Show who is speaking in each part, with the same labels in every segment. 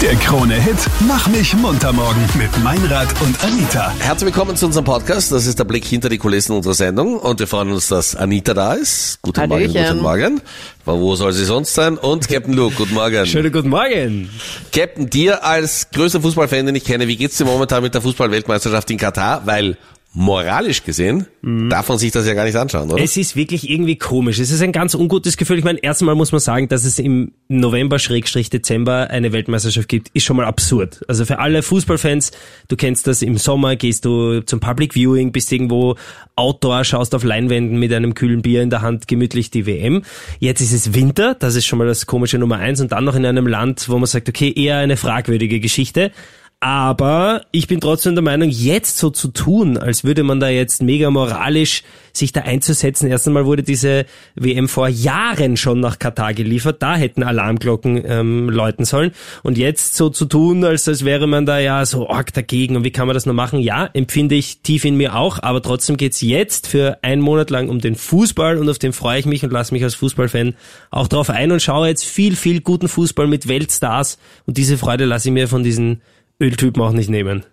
Speaker 1: Der Krone-Hit Mach mich munter morgen mit Meinrad und Anita.
Speaker 2: Herzlich willkommen zu unserem Podcast. Das ist der Blick hinter die Kulissen unserer Sendung. Und wir freuen uns, dass Anita da ist. Guten Morgen,
Speaker 3: Hallöchen.
Speaker 2: guten Morgen. Aber Wo soll sie sonst sein? Und Captain Luke, guten Morgen.
Speaker 4: Schönen guten Morgen.
Speaker 2: Captain, dir als größter Fußballfan, den ich kenne, wie geht's dir momentan mit der Fußballweltmeisterschaft in Katar? Weil moralisch gesehen darf man sich das ja gar nicht anschauen, oder?
Speaker 4: Mhm. Es ist wirklich irgendwie komisch. Es ist ein ganz ungutes Gefühl. Ich meine, erstmal muss man sagen, dass es im November, Schrägstrich Dezember eine Weltmeisterschaft gibt, ist schon mal absurd. Also für alle Fußballfans, du kennst das im Sommer, gehst du zum Public Viewing, bist irgendwo outdoor, schaust auf Leinwänden mit einem kühlen Bier in der Hand gemütlich die WM. Jetzt ist es Winter, das ist schon mal das komische Nummer eins und dann noch in einem Land, wo man sagt, okay, eher eine fragwürdige Geschichte. Aber ich bin trotzdem der Meinung, jetzt so zu tun, als würde man da jetzt mega moralisch sich da einzusetzen. Erst einmal wurde diese WM vor Jahren schon nach Katar geliefert. Da hätten Alarmglocken ähm, läuten sollen. Und jetzt so zu tun, als, als wäre man da ja so arg dagegen. Und wie kann man das nur machen? Ja, empfinde ich tief in mir auch. Aber trotzdem geht's jetzt für einen Monat lang um den Fußball. Und auf den freue ich mich und lasse mich als Fußballfan auch drauf ein und schaue jetzt viel, viel guten Fußball mit Weltstars. Und diese Freude lasse ich mir von diesen Öltypen auch nicht nehmen.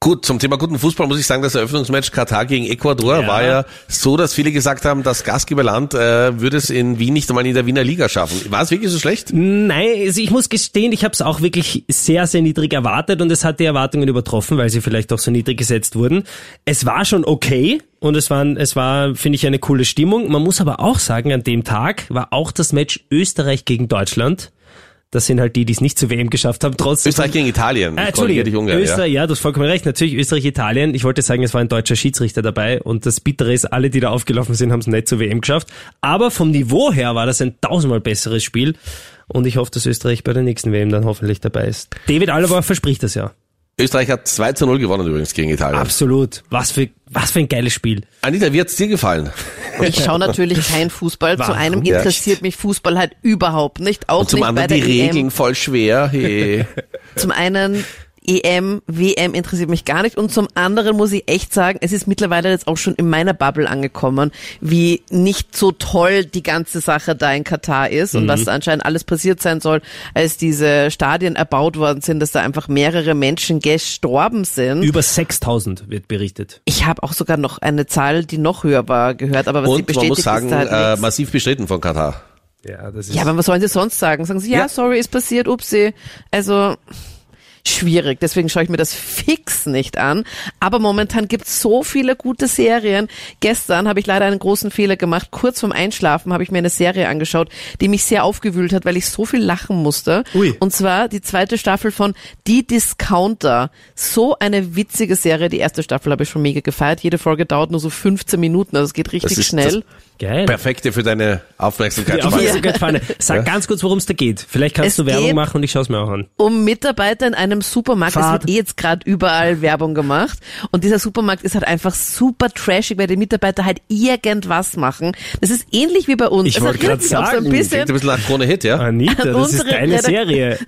Speaker 2: Gut, zum Thema guten Fußball muss ich sagen, das Eröffnungsmatch Katar gegen Ecuador
Speaker 4: Ja.
Speaker 2: war ja so, dass viele gesagt haben, das Gastgeberland äh, würde es in Wien nicht einmal in der Wiener Liga schaffen. War es wirklich so schlecht?
Speaker 4: Nein, also ich muss gestehen, ich habe es auch wirklich sehr, sehr niedrig erwartet und es hat die Erwartungen übertroffen, weil sie vielleicht auch so niedrig gesetzt wurden. Es war schon okay und es, waren, es war, finde ich, eine coole Stimmung. Man muss aber auch sagen, an dem Tag war auch das Match Österreich gegen Deutschland. Das sind halt die, die es nicht zur WM geschafft haben. Trotzdem
Speaker 2: Österreich gegen Italien.
Speaker 4: Ah,
Speaker 2: Ich korrigiere
Speaker 4: Entschuldige,
Speaker 2: dich ungern, ja.
Speaker 4: Österreich, ja. du hast vollkommen recht. Natürlich Österreich, Italien. Ich wollte sagen, es war ein deutscher Schiedsrichter dabei und das Bittere ist, alle, die da aufgelaufen sind, haben es nicht zur WM geschafft. Aber vom Niveau her war das ein tausendmal besseres Spiel und ich hoffe, dass Österreich bei der nächsten WM dann hoffentlich dabei ist. David Alaba verspricht das ja.
Speaker 2: Österreich hat 2 zu 0 gewonnen übrigens gegen Italien.
Speaker 4: Absolut. Was für, was für ein geiles Spiel.
Speaker 2: Anita, wie hat's dir gefallen?
Speaker 3: Ich schaue natürlich kein Fußball. Zu
Speaker 4: Warum
Speaker 3: einem
Speaker 2: nicht?
Speaker 3: interessiert mich Fußball halt überhaupt nicht. Auch
Speaker 2: Und zum
Speaker 3: nicht bei
Speaker 2: anderen
Speaker 3: der
Speaker 2: die
Speaker 3: EM.
Speaker 2: Regeln voll schwer. Hey.
Speaker 3: Zum einen E EM, WM interessiert mich gar nicht. Und zum anderen muss ich echt sagen, es ist mittlerweile jetzt auch schon in meiner Bubble angekommen, wie nicht so toll die ganze Sache da in Katar ist
Speaker 2: Mhm.
Speaker 3: und was da anscheinend alles passiert sein soll, als diese Stadien erbaut worden sind, dass da einfach mehrere Menschen gestorben sind.
Speaker 4: Über 6000 wird berichtet.
Speaker 3: ich habe auch sogar noch eine Zahl, die noch höher war, gehört, aber was sie
Speaker 2: Und man
Speaker 3: bestätigt
Speaker 2: muss sagen,
Speaker 3: ist da halt
Speaker 2: äh,
Speaker 3: nix.
Speaker 2: massiv bestritten von Katar.
Speaker 4: Ja, das ist.
Speaker 3: Ja, aber was sollen sie sonst sagen? Sagen sie, ja,
Speaker 2: Ja.
Speaker 3: sorry, ist passiert, upsi. Also schwierig, deswegen schaue ich mir das fix nicht an. Aber momentan gibt's so viele gute Serien. Gestern habe ich leider einen großen Fehler gemacht. Kurz vorm Einschlafen habe ich mir eine Serie angeschaut, die mich sehr aufgewühlt hat, weil ich so viel lachen musste.
Speaker 4: Ui.
Speaker 3: Und zwar die zweite Staffel von Die Discounter. So eine witzige Serie. Die erste Staffel habe ich schon mega gefeiert. Jede Folge dauert nur so 15 Minuten, also es geht richtig
Speaker 2: ist das
Speaker 3: schnell.
Speaker 4: Geil.
Speaker 2: Perfekte für deine Aufmerksamkeit.
Speaker 4: Die Aufmerksamkeitspfanne. Sag ganz kurz, worum es da geht. Vielleicht kannst
Speaker 3: Es
Speaker 4: du Werbung
Speaker 3: geht-
Speaker 4: machen und ich schaue es mir auch an.
Speaker 3: um Mitarbeiter in einem Supermarkt. Es
Speaker 4: Fahrt.
Speaker 3: wird eh jetzt gerade überall Werbung gemacht. Und dieser Supermarkt ist halt einfach super trashig, weil die Mitarbeiter halt irgendwas machen. Das ist ähnlich wie bei uns.
Speaker 4: Ich
Speaker 3: es
Speaker 4: wollte
Speaker 3: erinnert
Speaker 4: grad
Speaker 3: mich auch so ein
Speaker 4: sagen,
Speaker 2: Klingt ein
Speaker 3: bisschen.
Speaker 2: bisschen nach Krone Hit, ja?
Speaker 4: Anita, das ist
Speaker 3: Unsere
Speaker 4: deine
Speaker 3: Redakt-
Speaker 4: Serie.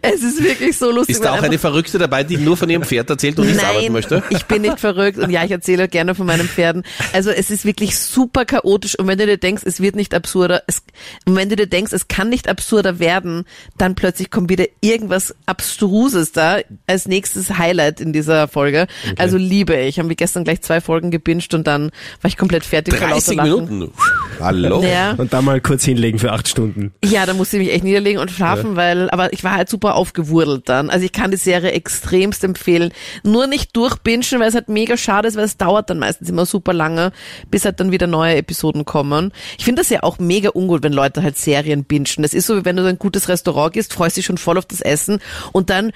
Speaker 3: Es ist wirklich so lustig.
Speaker 2: Ist da
Speaker 3: weil
Speaker 2: auch eine Verrückte dabei, die nur von ihrem Pferd erzählt und nicht arbeiten möchte?
Speaker 3: ich bin nicht verrückt und ja, ich erzähle gerne von meinen Pferden. Also es ist wirklich super chaotisch und wenn du dir denkst, es wird nicht absurder, es, und wenn du dir denkst, es kann nicht absurder werden, dann plötzlich kommt wieder irgendwas Abstruses da als nächstes Highlight in dieser Folge. Also liebe ich, haben wir gestern gleich zwei Folgen gebinged und dann war ich komplett fertig vor lauter
Speaker 2: 30
Speaker 3: Lachen.
Speaker 2: Minuten. Hallo?
Speaker 3: Ja.
Speaker 4: Und dann mal kurz hinlegen für acht Stunden.
Speaker 3: Ja, da musste ich mich echt niederlegen und schlafen, weil, aber ich war halt super aufgewurdelt dann. Also ich kann die Serie extremst empfehlen. Nur nicht durchbingen, weil es halt mega schade ist, weil es dauert dann meistens immer super lange, bis halt dann wieder neue Episoden kommen. Ich finde das ja auch mega ungut, wenn Leute halt Serien bingen. Das ist so, wie wenn du in ein gutes Restaurant gehst, freust dich schon voll auf das Essen und dann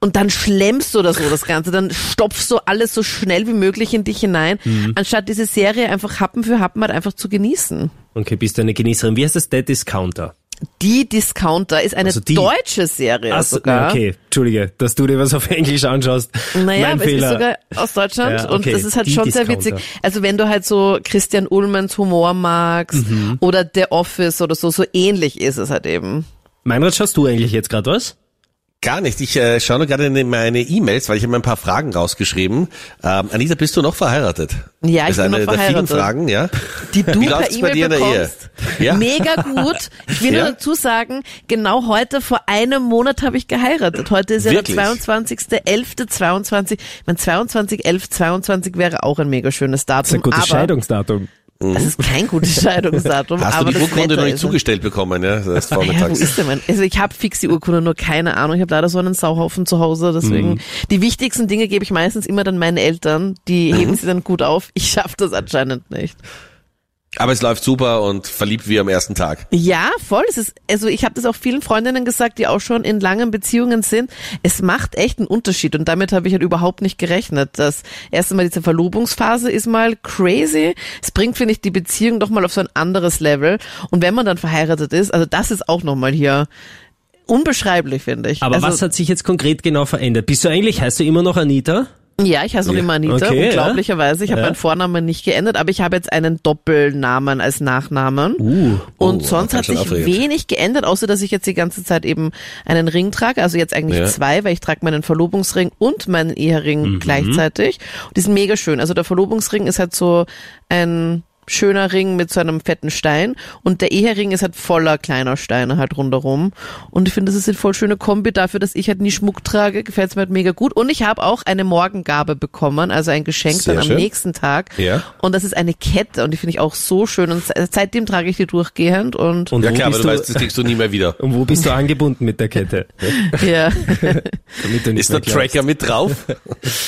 Speaker 3: und dann schlemmst du oder so das Ganze, dann stopfst du alles so schnell wie möglich in dich hinein, anstatt diese Serie einfach Happen für Happen halt einfach zu genießen.
Speaker 4: Okay, bist du eine Genießerin. Wie heißt das? Der Discounter.
Speaker 3: Die Discounter ist eine
Speaker 4: Also die-
Speaker 3: deutsche Serie
Speaker 4: Ach so,
Speaker 3: sogar.
Speaker 4: Okay, Entschuldige, dass du dir was auf Englisch anschaust.
Speaker 3: ah. Naja,
Speaker 4: mein
Speaker 3: aber es ist
Speaker 4: Fehler.
Speaker 3: sogar aus Deutschland
Speaker 4: Ja,
Speaker 3: und
Speaker 4: okay,
Speaker 3: das ist halt
Speaker 4: die
Speaker 3: schon sehr
Speaker 4: Discounter.
Speaker 3: witzig. Also wenn du halt so Christian Ullmanns Humor magst
Speaker 4: Mhm.
Speaker 3: oder The Office oder so, so ähnlich ist es halt eben.
Speaker 4: Meinrad, schaust du eigentlich jetzt gerade was?
Speaker 2: Gar nicht. Ich äh, schaue nur gerade in meine E-Mails, weil ich habe mir ein paar Fragen rausgeschrieben. Ähm, Anita, bist du noch verheiratet?
Speaker 3: Ja,
Speaker 2: das
Speaker 3: ich
Speaker 2: ist
Speaker 3: bin
Speaker 2: eine
Speaker 3: noch
Speaker 2: der vielen
Speaker 3: verheiratet.
Speaker 2: Fragen, ja.
Speaker 3: die du
Speaker 2: Wie
Speaker 3: per
Speaker 2: läuft's bei dir
Speaker 3: E-Mail
Speaker 2: in der Ehe?
Speaker 3: bekommst.
Speaker 2: Ja.
Speaker 3: Mega gut. Ich will
Speaker 2: Ja.
Speaker 3: nur dazu sagen, genau heute vor einem Monat habe ich geheiratet. Heute ist ja
Speaker 2: Wirklich?
Speaker 3: der 22.11.22. Ich meine, 22, 11, 22 wäre auch ein mega schönes Datum.
Speaker 4: Das ist ein gutes
Speaker 3: aber
Speaker 4: Scheidungsdatum.
Speaker 3: Das ist kein gutes Scheidungsdatum.
Speaker 2: Hast
Speaker 3: aber
Speaker 2: du die
Speaker 3: das
Speaker 2: Urkunde
Speaker 3: Wetter
Speaker 2: noch nicht
Speaker 3: ist es.
Speaker 2: zugestellt bekommen, ja? Das ist
Speaker 3: Ja, wo
Speaker 2: vormittags.
Speaker 3: ist denn mein? Also ich habe fix die Urkunde, nur keine Ahnung. Ich habe leider so einen Sauhaufen zu Hause,
Speaker 2: Mhm.
Speaker 3: deswegen die wichtigsten Dinge gebe ich meistens immer dann meinen Eltern. Die
Speaker 2: Mhm.
Speaker 3: heben sie dann gut auf. Ich schaffe das anscheinend nicht.
Speaker 2: Aber es läuft super und verliebt wie am ersten Tag.
Speaker 3: Ja, voll. Es ist, also ich habe das auch vielen Freundinnen gesagt, die auch schon in langen Beziehungen sind. Es macht echt einen Unterschied und damit habe ich halt überhaupt nicht gerechnet. Das erste Mal diese Verlobungsphase ist mal crazy. Es bringt, finde ich, die Beziehung doch mal auf so ein anderes Level. Und wenn man dann verheiratet ist, also das ist auch nochmal hier unbeschreiblich, finde ich.
Speaker 4: Aber
Speaker 3: also,
Speaker 4: was hat sich jetzt konkret genau verändert? Bist du eigentlich, heißt du immer noch Anita?
Speaker 3: Ja, ich heiße noch immer Anita,
Speaker 4: Okay, ja.
Speaker 3: unglaublicherweise. Ich habe
Speaker 4: Ja.
Speaker 3: meinen Vornamen nicht geändert, aber ich habe jetzt einen Doppelnamen als Nachnamen.
Speaker 4: Uh,
Speaker 3: Und
Speaker 2: oh,
Speaker 3: sonst
Speaker 2: ganz
Speaker 3: hat
Speaker 2: schön
Speaker 3: sich
Speaker 2: aufregend.
Speaker 3: wenig geändert, außer dass ich jetzt die ganze Zeit eben einen Ring trage. Also jetzt eigentlich
Speaker 2: Ja.
Speaker 3: zwei, weil ich trage meinen Verlobungsring und meinen Ehering gleichzeitig. Und die sind mega schön. Also der Verlobungsring ist halt so ein schöner Ring mit so einem fetten Stein und der Ehering ist halt voller kleiner Steine halt rundherum und ich finde das ist eine voll schöne Kombi dafür, dass ich halt nie Schmuck trage, gefällt es mir halt mega gut und ich habe auch eine Morgengabe bekommen, also ein Geschenk
Speaker 2: Sehr
Speaker 3: dann am
Speaker 2: schön.
Speaker 3: nächsten Tag
Speaker 2: Ja.
Speaker 3: und das ist eine Kette und die finde ich auch so schön und se- seitdem trage ich die durchgehend und,
Speaker 4: Und
Speaker 2: Ja
Speaker 4: wo
Speaker 2: klar, aber
Speaker 4: bist
Speaker 2: du, weißt, das kriegst du nie mehr wieder.
Speaker 4: Und wo bist du angebunden mit der Kette?
Speaker 3: ja,
Speaker 4: Damit du nicht
Speaker 2: Ist
Speaker 4: mehr
Speaker 2: der
Speaker 4: glaubst.
Speaker 2: Tracker mit drauf?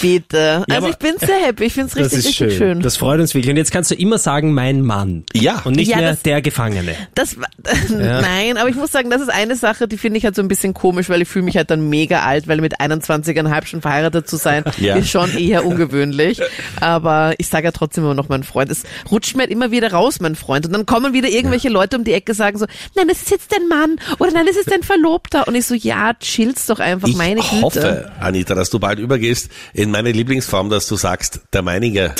Speaker 3: bitte.
Speaker 4: Ja,
Speaker 3: Also
Speaker 4: aber-
Speaker 3: ich bin sehr happy, ich finde es
Speaker 4: Das
Speaker 3: richtig,
Speaker 4: ist
Speaker 3: richtig
Speaker 4: schön.
Speaker 3: schön.
Speaker 4: Das freut uns wirklich. Und jetzt kannst du immer sagen, mein Mann.
Speaker 2: Ja.
Speaker 4: Und nicht
Speaker 3: Ja,
Speaker 4: mehr
Speaker 3: das-
Speaker 4: der Gefangene.
Speaker 3: Das war, nein, aber ich muss sagen, das ist eine Sache, die finde ich halt so ein bisschen komisch, weil ich fühle mich halt dann mega alt, weil mit 21,5 schon verheiratet zu sein,
Speaker 2: Ja.
Speaker 3: ist schon eher ungewöhnlich. Aber ich sage ja trotzdem immer noch mein Freund. Es rutscht mir halt immer wieder raus, mein Freund. Und dann kommen wieder irgendwelche Leute um die Ecke, sagen so, nein, das ist jetzt dein Mann oder nein, das ist dein Verlobter. Und ich so, ja, chill's doch einfach,
Speaker 2: Ich
Speaker 3: meine Güte.
Speaker 2: hoffe, Anita, dass du bald übergehst in meine Lieblingsform, dass du sagst, der Meinige,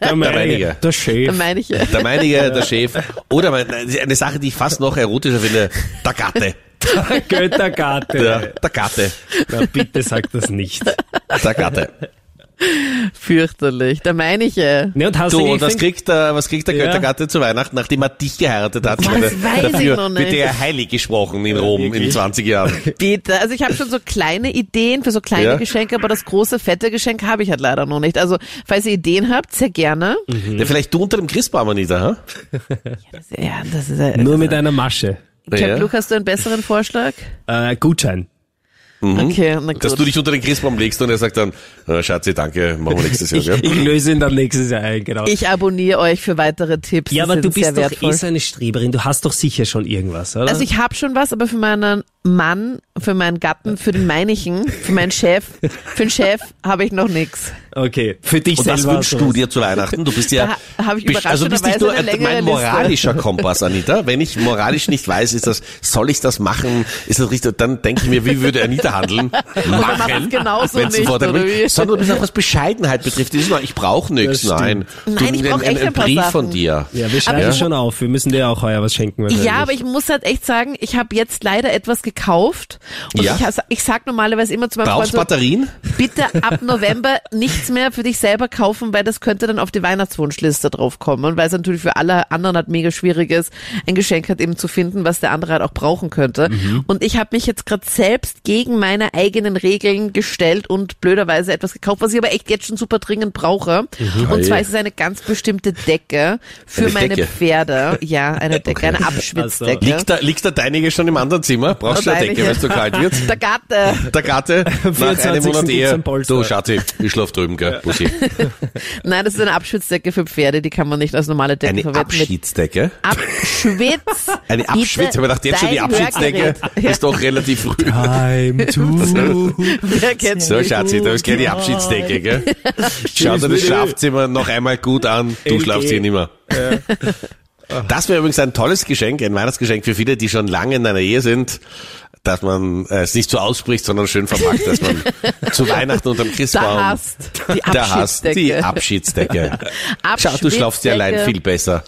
Speaker 4: Der,
Speaker 2: Meinige.
Speaker 4: der
Speaker 3: Da
Speaker 4: Chef.
Speaker 3: meine ich ja.
Speaker 2: der Meinige, der Chef. Oder mein, eine Sache, die ich fast noch erotischer finde, der Gatte.
Speaker 4: Der Göttergatte.
Speaker 2: Der, der Gatte.
Speaker 4: Na, bitte sag das nicht.
Speaker 2: Der Gatte.
Speaker 3: fürchterlich. Da meine Also ich ja.
Speaker 4: Ne, und hast
Speaker 2: Du,
Speaker 4: du
Speaker 2: und was
Speaker 4: irgendwie-
Speaker 2: kriegt, der, was kriegt der
Speaker 4: Ja.
Speaker 2: Göttergatte zu Weihnachten, nachdem er dich geheiratet hat?
Speaker 3: Das
Speaker 2: Meine,
Speaker 3: weiß ich
Speaker 2: dafür
Speaker 3: noch nicht.
Speaker 2: wird er heilig gesprochen in Rom in
Speaker 4: wirklich.
Speaker 2: 20 Jahren.
Speaker 3: Bitte. Also ich habe schon so kleine Ideen für so kleine
Speaker 2: Ja.
Speaker 3: Geschenke, aber das große, fette Geschenk habe ich halt leider noch nicht. Also falls ihr Ideen habt, sehr gerne.
Speaker 2: Ja, vielleicht du unter dem Christbaum, Anita, ha?
Speaker 3: Ja, das ist ja,
Speaker 4: Nur mit einer Masche.
Speaker 2: Ja.
Speaker 3: Cap Luke, hast du einen besseren Vorschlag?
Speaker 4: Äh, Gutschein.
Speaker 3: Okay, na gut.
Speaker 2: Dass du dich unter den Christbaum legst und er sagt dann, "Na, Schatzi, danke, machen wir nächstes Jahr.
Speaker 4: Ich,
Speaker 2: gell?
Speaker 4: ich löse ihn dann nächstes Jahr ein, genau.
Speaker 3: ich abonniere euch für weitere Tipps.
Speaker 4: ja,
Speaker 3: Die
Speaker 4: aber du
Speaker 3: sind sehr
Speaker 4: bist doch
Speaker 3: wertvoll.
Speaker 4: eh so eine Streberin. Du hast doch sicher schon irgendwas, oder?
Speaker 3: Also ich habe schon was, aber für meinen Mann, für meinen Gatten, für den Meinichen, für meinen Chef, für den Chef habe ich noch nichts.
Speaker 4: okay. Für dich
Speaker 2: Und
Speaker 4: selber.
Speaker 2: was wünschst
Speaker 4: sowas.
Speaker 2: du dir zu Weihnachten? Du bist ja,
Speaker 3: Da ha- hab ich
Speaker 2: bist- also bist nicht nur
Speaker 3: überraschenderweise eine
Speaker 2: mein
Speaker 3: längere
Speaker 2: moralischer Kompass, Anita. Wenn ich moralisch nicht weiß, ist das, soll ich das machen? Ist das richtig? Dann denke ich mir, wie würde Anita handeln?
Speaker 3: macht es
Speaker 2: Machen?
Speaker 3: genauso
Speaker 2: Wenn's
Speaker 3: nicht,
Speaker 2: vor der-
Speaker 3: oder wie?
Speaker 2: Sondern du bist auch was Bescheidenheit betrifft. Das ist nur, ich brauche nichts.
Speaker 4: Das
Speaker 2: Nein.
Speaker 4: stimmt.
Speaker 2: Du,
Speaker 3: Nein, ich brauch echt ein paar
Speaker 2: Brief von
Speaker 3: Sachen.
Speaker 2: dir.
Speaker 4: Ja, wir schreiben
Speaker 3: Aber-
Speaker 4: schon auf. Wir müssen dir auch heuer was schenken. wahrscheinlich.
Speaker 3: Ja, aber ich muss halt echt sagen, ich habe jetzt leider etwas gekauft. Und
Speaker 2: Ja.
Speaker 3: ich, has- ich sag normalerweise immer zu meinem
Speaker 2: Brauchst
Speaker 3: Freund so,
Speaker 2: Batterien?
Speaker 3: bitte ab November nichts mehr für dich selber kaufen, weil das könnte dann auf die Weihnachtswunschliste draufkommen, weil es natürlich für alle anderen halt mega schwierig ist, ein Geschenk halt eben zu finden, was der andere halt auch brauchen könnte.
Speaker 2: Mhm.
Speaker 3: Und ich habe mich jetzt gerade selbst gegen meine eigenen Regeln gestellt und blöderweise etwas gekauft, was ich aber echt jetzt schon super dringend brauche. Und zwar ist es eine ganz bestimmte Decke für
Speaker 2: Mhm. Eine
Speaker 3: meine
Speaker 2: Decke?
Speaker 3: Pferde. Ja, eine Decke, eine Abschwitzdecke.
Speaker 2: Liegt da, liegt da deinige schon im anderen Zimmer? Brauchst du eine
Speaker 3: Wahrscheinlich,
Speaker 2: Decke, wenn es zu
Speaker 3: ja.
Speaker 2: kalt wird?
Speaker 3: Der Gatte.
Speaker 2: Der Gatte, nach
Speaker 4: 24.
Speaker 2: einem Monat
Speaker 4: gibt's
Speaker 2: Ehe.
Speaker 4: ein Polster.
Speaker 2: Du, Schatzi, ich schlaf drüben, gell? Bussi.
Speaker 3: Nein, das ist eine Abschwitzdecke für Pferde, die kann man nicht als normale Decke
Speaker 2: Eine
Speaker 3: verwenden. Mit
Speaker 2: Abschiedsdecke?
Speaker 3: Abschwitz.
Speaker 2: Eine Abschwitz, aber nach jetzt schon die
Speaker 3: dein
Speaker 2: Abschiedsdecke ist doch relativ früh.
Speaker 4: Time to...
Speaker 3: Hörgerät. Wer kennt's
Speaker 2: So,
Speaker 3: nicht?
Speaker 2: Schatzi, da ist gleich die Abschiedsdecke, gell? Schau dir das Schlafzimmer noch einmal gut an. Du
Speaker 4: LG.
Speaker 2: schlafst hier nimmer. Das wäre übrigens ein tolles Geschenk, ein Weihnachtsgeschenk für viele, die schon lange in einer Ehe sind, dass man äh, es nicht so ausspricht, sondern schön verpackt, dass man zu Weihnachten unterm Christbaum,
Speaker 3: Da hast die
Speaker 2: da hast
Speaker 3: Abschiedsdecke.
Speaker 2: die Abschiedsdecke. Schau, du schlafst ja allein
Speaker 3: Abschwitzdecke.
Speaker 2: viel besser.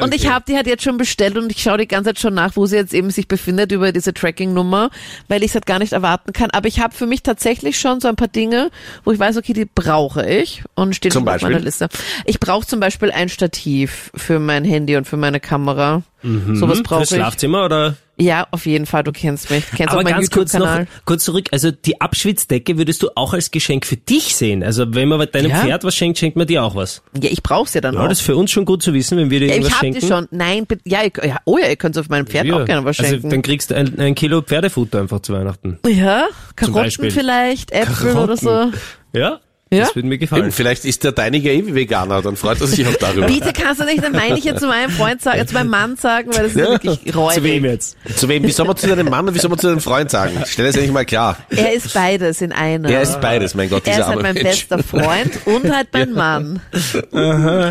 Speaker 3: Und ich habe die halt jetzt schon bestellt und ich schaue die ganze Zeit schon nach, wo sie jetzt eben sich befindet über diese Tracking-Nummer, weil ich es halt gar nicht erwarten kann. Aber ich habe für mich tatsächlich schon so ein paar Dinge, wo ich weiß, okay, die brauche ich und steht
Speaker 2: Zum
Speaker 3: schon auf meiner
Speaker 2: Beispiel?
Speaker 3: Liste. Ich brauche zum Beispiel ein Stativ für mein Handy und für meine Kamera.
Speaker 4: Mhm.
Speaker 3: Sowas brauche
Speaker 4: Hm? Fürs
Speaker 3: ich.
Speaker 4: Schlafzimmer oder?
Speaker 3: Ja, auf jeden Fall, du kennst mich. Du kennst
Speaker 4: Aber
Speaker 3: auch meinen
Speaker 4: ganz kurz noch,
Speaker 3: YouTube-Kanal.
Speaker 4: kurz zurück. Also die Abschwitzdecke würdest du auch als Geschenk für dich sehen. Also wenn man deinem
Speaker 3: Ja.
Speaker 4: Pferd was schenkt, schenkt man dir auch was.
Speaker 3: Ja, ich brauche ja dann
Speaker 4: Ja,
Speaker 3: auch.
Speaker 4: das ist für uns schon gut zu wissen, wenn wir dir
Speaker 3: Ja, ich
Speaker 4: irgendwas
Speaker 3: hab
Speaker 4: schenken.
Speaker 3: die schon. Nein, bitte- ja, ich, ja, oh ja, ihr könnt's auf meinem Pferd
Speaker 4: Ja.
Speaker 3: auch gerne was
Speaker 4: Also
Speaker 3: schenken.
Speaker 4: dann kriegst du ein, ein Kilo Pferdefutter einfach zu Weihnachten.
Speaker 3: ja,
Speaker 4: Beispiel.
Speaker 3: Karotten vielleicht, Äpfel oder so.
Speaker 4: Ja?
Speaker 3: Ja?
Speaker 4: Das würde mir
Speaker 2: Eben,
Speaker 4: gefallen.
Speaker 2: vielleicht ist der deiniger eh Veganer, dann freut er sich auch darüber.
Speaker 3: Bitte kannst du nicht, dann meine ich jetzt zu meinem Freund sagen, äh, zu meinem Mann sagen, weil das ist wirklich
Speaker 4: Zu wem
Speaker 3: räudig.
Speaker 4: jetzt?
Speaker 2: Zu wem? Wie soll man zu deinem Mann und wie soll man zu deinem Freund sagen? Stell es endlich mal klar.
Speaker 3: Er ist beides in einer.
Speaker 2: Er ist beides, mein Gott,
Speaker 3: Er
Speaker 2: dieser
Speaker 3: ist halt
Speaker 2: arme
Speaker 3: mein
Speaker 2: Mensch.
Speaker 3: bester Freund und halt mein Mann.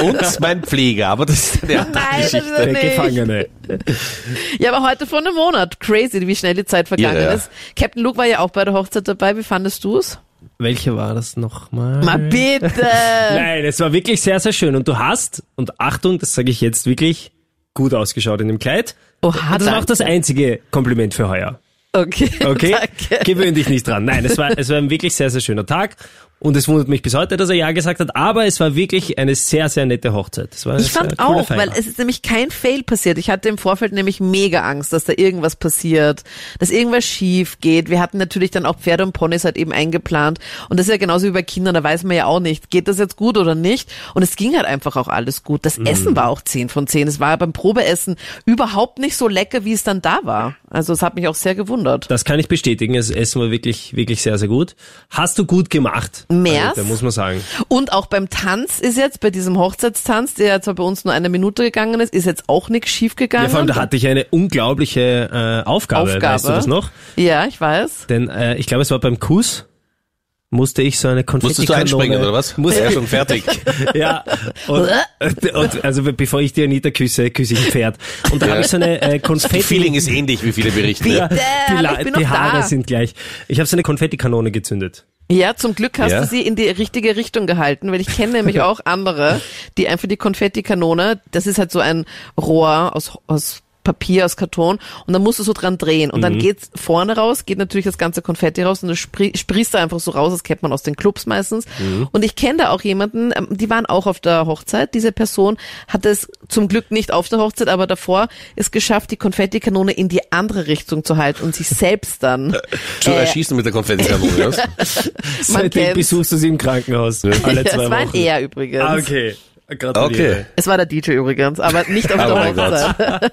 Speaker 2: Und mein Pfleger, aber das ist eine andere
Speaker 3: Nein, das
Speaker 2: Geschichte.
Speaker 3: ist er
Speaker 4: Der
Speaker 3: nicht.
Speaker 4: Gefangene.
Speaker 3: Ja, aber heute vor einem Monat. Crazy, wie schnell die Zeit vergangen
Speaker 2: Irre, ja.
Speaker 3: ist. Captain Luke war ja auch bei der Hochzeit dabei. Wie fandest du's?
Speaker 4: Welcher war das nochmal?
Speaker 3: Mal bitte.
Speaker 4: Mhm. Nein, es war wirklich sehr, sehr schön. Und du hast, und Achtung, das sage ich jetzt wirklich, gut ausgeschaut in dem Kleid.
Speaker 3: Oha,
Speaker 4: Und das war auch
Speaker 3: Ah, danke.
Speaker 4: das einzige Kompliment für heuer.
Speaker 3: Okay,
Speaker 4: Okay?
Speaker 3: danke.
Speaker 4: Gewöhn dich nicht dran. Nein, es war, es war ein wirklich sehr, sehr schöner Tag. Und es wundert mich bis heute, dass er Ja gesagt hat, aber es war wirklich eine sehr, sehr nette Hochzeit. Es war eine
Speaker 3: Ich
Speaker 4: sehr
Speaker 3: fand
Speaker 4: coole
Speaker 3: auch,
Speaker 4: Feier.
Speaker 3: weil es ist nämlich kein Fail passiert. Ich hatte im Vorfeld nämlich mega Angst, dass da irgendwas passiert, dass irgendwas schief geht. Wir hatten natürlich dann auch Pferde und Ponys halt eben eingeplant. Und das ist ja genauso wie bei Kindern, da weiß man ja auch nicht, geht das jetzt gut oder nicht. Und es ging halt einfach auch alles gut.
Speaker 4: Mhm.
Speaker 3: Das Essen war auch 10 von 10. Es war beim Probeessen überhaupt nicht so lecker, wie es dann da war. Also es hat mich auch sehr gewundert.
Speaker 4: Das kann ich bestätigen. Das Essen war wirklich, wirklich sehr, sehr gut. Hast du gut gemacht.
Speaker 3: Mehr's?
Speaker 4: Also, da muss man sagen.
Speaker 3: Und auch beim Tanz ist jetzt, bei diesem Hochzeitstanz, der ja zwar bei uns nur eine Minute gegangen ist, ist jetzt auch nichts schief gegangen.
Speaker 4: Ja, vor allem, da hatte ich eine unglaubliche äh, Aufgabe.
Speaker 3: Aufgabe.
Speaker 4: Weißt du das noch?
Speaker 3: Ja, ich weiß.
Speaker 4: Denn äh, ich glaube, es war beim Kuss, musste ich so eine konfetti
Speaker 2: Musstest du einspringen oder was?
Speaker 4: Muss
Speaker 2: Muss ja, schon fertig.
Speaker 4: ja. Und, und, also bevor ich die Anita küsse, küsse ich ein Pferd. Und da
Speaker 2: Ja.
Speaker 4: habe ich so eine äh,
Speaker 2: Das Feeling
Speaker 4: Konfetti...
Speaker 2: ist ähnlich wie viele Berichte.
Speaker 3: Bitte,
Speaker 4: die,
Speaker 3: hallo,
Speaker 4: La-
Speaker 3: ich bin
Speaker 4: die
Speaker 3: noch
Speaker 4: Haare
Speaker 3: da.
Speaker 4: sind gleich. Ich habe so eine Konfettikanone gezündet.
Speaker 3: Ja, zum Glück hast
Speaker 2: Ja.
Speaker 3: du sie in die richtige Richtung gehalten, weil ich kenne nämlich auch andere, die einfach die Konfettikanone, das ist halt so ein Rohr aus, aus Papier, aus Karton und dann musst du so dran drehen und dann geht's vorne raus, geht natürlich das ganze Konfetti raus und das spri sprießt da einfach so raus, das kennt man aus den Clubs meistens. Und ich kenne da auch jemanden, ähm, die waren auch auf der Hochzeit, diese Person hat es zum Glück nicht auf der Hochzeit, aber davor es geschafft, die Konfettikanone in die andere Richtung zu halten und sich selbst dann
Speaker 2: Zu
Speaker 3: äh,
Speaker 2: erschießen mit der Konfettikanone. Ja.
Speaker 4: Seitdem
Speaker 3: kennt's.
Speaker 4: besuchst du sie im Krankenhaus. Alle
Speaker 3: Ja,
Speaker 4: zwei
Speaker 3: es war ein
Speaker 4: Wochen.
Speaker 3: Er übrigens.
Speaker 4: Ah, okay. Gratuliere.
Speaker 2: Okay.
Speaker 3: Es war der DJ übrigens, aber nicht auf
Speaker 2: Oh
Speaker 3: der
Speaker 2: mein
Speaker 3: Hochzeit.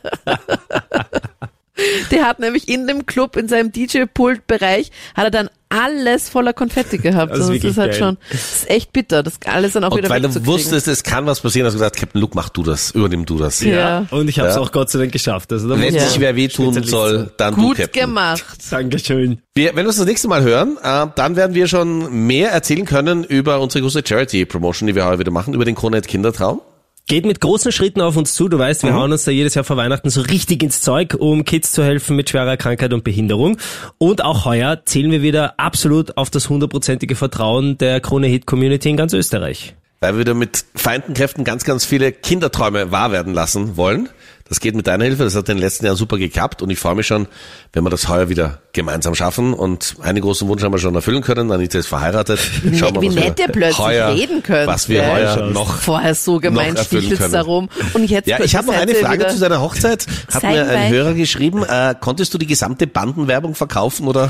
Speaker 3: der hat nämlich in dem Club, in seinem DJ-Pult-Bereich, hat er dann alles voller Konfetti gehabt.
Speaker 4: Das ist
Speaker 3: Also Das ist,
Speaker 4: wirklich
Speaker 3: halt
Speaker 4: geil.
Speaker 3: schon, das ist echt bitter, das alles dann auch
Speaker 2: Und
Speaker 3: wieder
Speaker 2: weil du
Speaker 3: wegzukriegen.
Speaker 2: wusstest, es kann was passieren, hast du gesagt, Captain Luke, mach du das, übernimm du das.
Speaker 3: Ja.
Speaker 4: Und ich habe es
Speaker 2: Ja.
Speaker 4: auch Gott sei Dank geschafft. Also, da
Speaker 2: Wenn
Speaker 4: muss
Speaker 3: Ja.
Speaker 2: sich wer wehtun
Speaker 4: Spezialist
Speaker 2: soll, dann
Speaker 3: Gut
Speaker 2: du, Captain.
Speaker 3: gemacht.
Speaker 4: Dankeschön.
Speaker 2: Wir, wenn wir uns das nächste Mal hören, äh, dann werden wir schon mehr erzählen können über unsere große Charity-Promotion, die wir heute wieder machen, über den Kronet Kindertraum.
Speaker 4: Geht mit großen Schritten auf uns zu. Du weißt,
Speaker 2: Mhm.
Speaker 4: wir hauen uns da jedes Jahr vor Weihnachten so richtig ins Zeug, um Kids zu helfen mit schwerer Krankheit und Behinderung. Und auch heuer zählen wir wieder absolut auf das hundertprozentige Vertrauen der Krone-Hit-Community in ganz Österreich.
Speaker 2: Weil wir wieder mit feinden Kräften ganz, ganz viele Kinderträume wahr werden lassen wollen. Das geht mit deiner Hilfe. Das hat in den letzten Jahren super geklappt und ich freue mich schon, wenn wir das heuer wieder gemeinsam schaffen. Und einen großen Wunsch haben wir schon erfüllen können. Anita ist verheiratet. Schauen wir,
Speaker 3: Wie
Speaker 2: was
Speaker 3: nett
Speaker 2: wir
Speaker 3: ihr plötzlich
Speaker 2: heuer,
Speaker 3: reden könnt.
Speaker 2: Was wir
Speaker 3: Ja.
Speaker 2: heuer noch.
Speaker 3: Vorher so gemein
Speaker 2: Noch erfüllen
Speaker 3: stiefelt
Speaker 2: können.
Speaker 3: darum. Und jetzt
Speaker 2: Ja, ich habe noch
Speaker 3: plötzlich
Speaker 2: eine
Speaker 3: seid ihr
Speaker 2: Frage
Speaker 3: wieder-
Speaker 2: zu seiner Hochzeit. Hat
Speaker 3: Sein
Speaker 2: mir ein
Speaker 3: Weib.
Speaker 2: Hörer geschrieben, äh, konntest du die gesamte Bandenwerbung verkaufen oder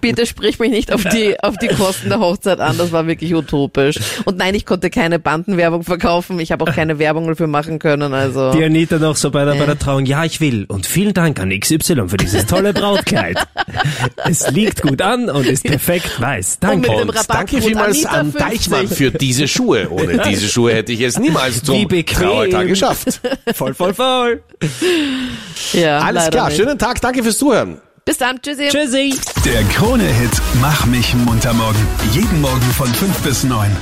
Speaker 3: Bitte sprich mich nicht auf die, auf die Kosten der Hochzeit an, das war wirklich utopisch. Und nein, ich konnte keine Bandenwerbung verkaufen, ich habe auch keine Werbung dafür machen können, also.
Speaker 4: Die Anita noch so bei der, bei der Trauung, ja, ich will. Und vielen Dank an XY für dieses tolle Brautkleid. es liegt gut an und ist perfekt weiß.
Speaker 3: Und
Speaker 4: Danke.
Speaker 3: mit dem
Speaker 2: Und
Speaker 3: Rabattcode
Speaker 2: danke vielmals
Speaker 3: Anita
Speaker 2: an
Speaker 3: 50.
Speaker 2: Deichmann für diese Schuhe. Ohne diese Schuhe hätte ich es niemals
Speaker 4: Wie
Speaker 2: zum
Speaker 4: bequem.
Speaker 2: Trauertag geschafft.
Speaker 4: voll, voll, voll.
Speaker 3: ja,
Speaker 2: Alles
Speaker 3: leider
Speaker 2: klar,
Speaker 3: nicht.
Speaker 2: schönen Tag, danke fürs Zuhören.
Speaker 3: Bis dann, tschüssi.
Speaker 4: Tschüssi.
Speaker 1: Der Krone-Hit Mach mich munter morgen. Jeden Morgen von 5 bis 9.